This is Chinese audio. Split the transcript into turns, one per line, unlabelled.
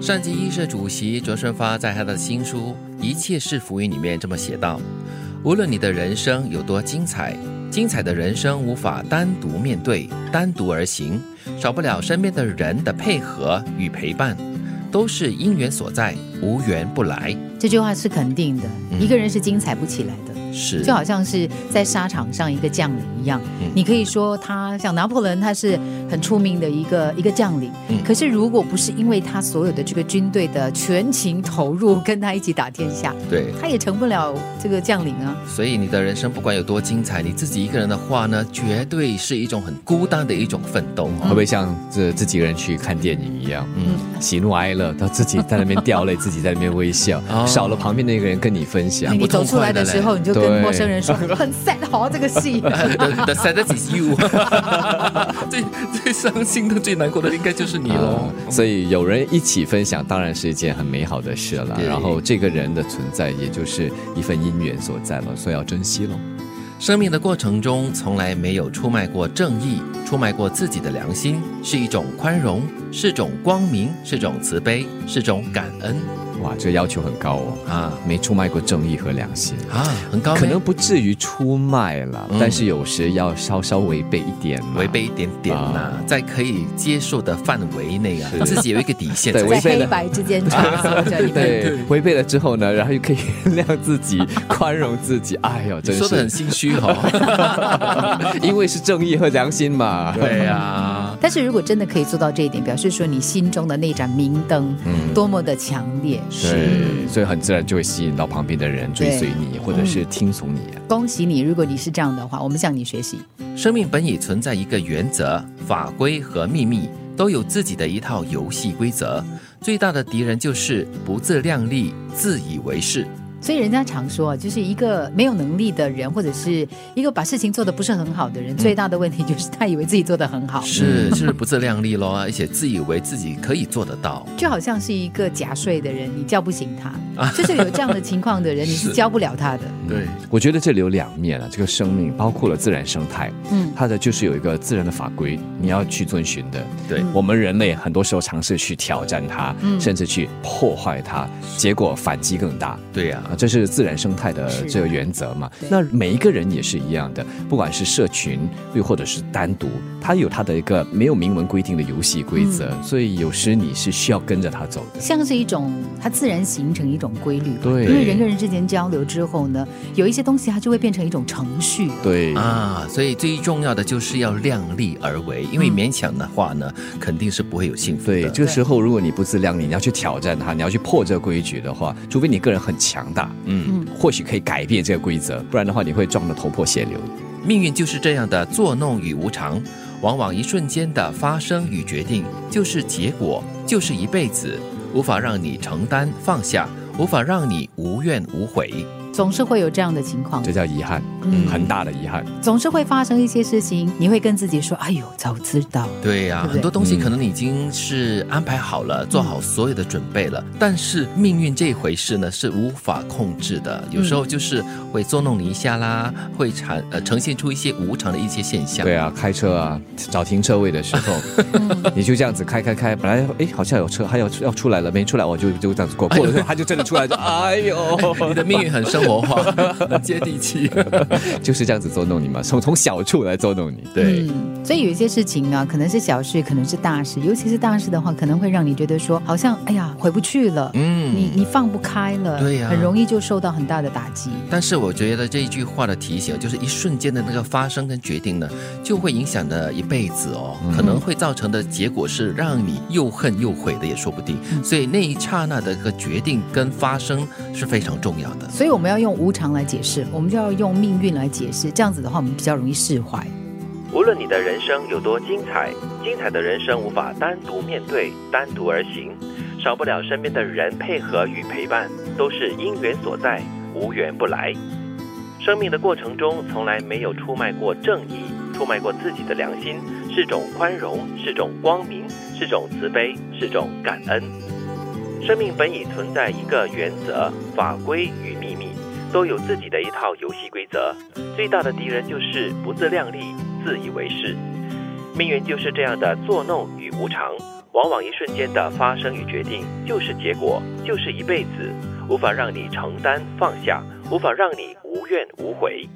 山集医社主席卓顺发在他的新书《一切是浮云》里面这么写道：无论你的人生有多精彩，精彩的人生无法单独面对、单独而行，少不了身边的人的配合与陪伴，都是因缘所在，无缘不来。
这句话是肯定的，
嗯
一个人是精彩不起来的。
是
就好像是在沙场上一个将领一样，
嗯
你可以说他像拿破仑，他是很出名的一个一个将领。
嗯
可是如果不是因为他所有的这个军队的全情投入，跟他一起打天下，
对。
他也成不了这个将领啊。
所以你的人生不管有多精彩，你自己一个人的话呢，绝对是一种很孤单的一种奋斗
会
哦。
不会像这自己人去看电影一样，
嗯
嗯，喜怒哀乐，他自己在那边 掉泪，自己在那边微笑
哦，
少了旁边那个人跟你分享
嗯。
你走出来的时候，你就跟
对
陌生 人说很 sad 哦，这个戏。
the, the saddest is you，最最伤心的、最难过的应该就是你喽。
啊所以有人一起分享，当然是一件很美好的事了。
对
然后这个人的存在，也就是一份姻缘所在了，所以要珍惜喽。
生命的过程中，从来没有出卖过正义，出卖过自己的良心，是一种宽容，是种光明，是种慈悲，是种感恩
哇，这要求很高哦，
啊
没出卖过正义和良心。
啊，很高咩，
可能不至于出卖了，
嗯
但是有时要稍稍违背一点嘛，
违背一点点呐、
啊
在可以接受的范围内啊，
是
自己有一个底线。
对
在
违
在
背
黑
了
白之间穿梭着， 你们
对，违背了之后呢，然后又可以 原谅自己，宽容自己。哎呦，
你
真
说的
是
很，心虚哦。
因为是正义和良心嘛。
对啊 呀、
但是如果真的可以做到这一点，表示说你心中的那盏明灯
嗯
多么的强烈。
对，所以很自然就会吸引到旁边的人追随你，或者是听从你。
恭喜你，如果你是这样的话，我们向你学习。
生命本已存在一个原则、法规和秘密，都有自己的一套游戏规则。最大的敌人就是不自量力、自以为是。
所以人家常说，啊，就是一个没有能力的人，或者是一个把事情做得不是很好的人，最大的问题就是他以为自己做得很好，
是是不自量力咯，而且自以为自己可以做得到。
就好像是一个假睡的人，你叫不醒他，就是有这样的情况的人，你是
是
教不了他的。
对，
嗯我觉得这里有两面啊了，这个生命包括了自然生态，
嗯，
它的就是有一个自然的法规，你要去遵循的。
对
我们人类很多时候尝试去挑战它，
嗯
甚至去破坏它，结果反击更大。
对呀、
啊，这是自然生态的
是
这个原则嘛
对。
那每一个人也是一样的，不管是社群，又或者是单独，他有他的一个没有明文规定的游戏规则，
嗯
所以有时你是需要跟着他走的。
像是一种它自然形成一种规律吧，
对
因为人跟人之间交流之后呢，有一些东西它就会变成一种程序。
对，
啊，所以最重要的就是要量力而为，因为
嗯
勉强的话呢，肯定是不会有幸福
对，
的。
这个时候如果你不自量力，你要去挑战它，你要去破这个规矩的话，除非你个人很强大，
嗯，
或许可以改变这个规则，不然的话你会撞得头破血流。
命运就是这样的作弄与无常，往往一瞬间的发生与决定，就是结果，就是一辈子，无法让你承担放下，无法让你无怨无悔。
总是会有这样的情况
这，叫遗憾，
嗯
很大的遗憾。
总是会发生一些事情，你会跟自己说：“哎呦，早知道。”
对呀、
对不嗯对
很多东西
嗯
可能已经是安排好了，做好所有的准备了，但是命运这回事呢是无法控制的，有
嗯
时候就是会捉弄你一下啦，会产呃呈现出一些无常的一些现象。
对啊，开车啊，找停车位的时候，
嗯
你就这样子开开开，本来哎好像有车，还要要出来了，没出来，我就就这样子过，过了之后他就真的出来，就哎呦，
哎 你的命运很生活 化，很接地气。
就是这样子捉弄你嘛，从从小处来捉弄你。
对，
嗯，所以有一些事情啊，可能是小事，可能是大事，尤其是大事的话，可能会让你觉得说，好像哎呀回不去了，
嗯
你你放不开了，
对呀
很容易就受到很大的打击。
但是我觉得这一句话的提醒，就是一瞬间的那个发生跟决定呢，就会影响的一辈子哦，可能会造成的结果是让你又恨又悔的也说不定。所以那一刹那的一个决定跟发生是非常重要的。
所以我们要用无常来解释，我们就要用命运来解释，这样子的话，我们比较容易释怀。
无论你的人生有多精彩，精彩的人生无法单独面对、单独而行，少不了身边的人配合与陪伴，都是因缘所在，无缘不来。生命的过程中，从来没有出卖过正义，出卖过自己的良心，是种宽容，是种光明，是种慈悲，是种感恩。生命本已存在一个原则、法规与秘密，都有自己的一套游戏规则。最大的敌人就是不自量力、自以为是。命运就是这样的作弄与无常，往往一瞬间的发生与决定，就是结果，就是一辈子，无法让你承担放下，无法让你无怨无悔。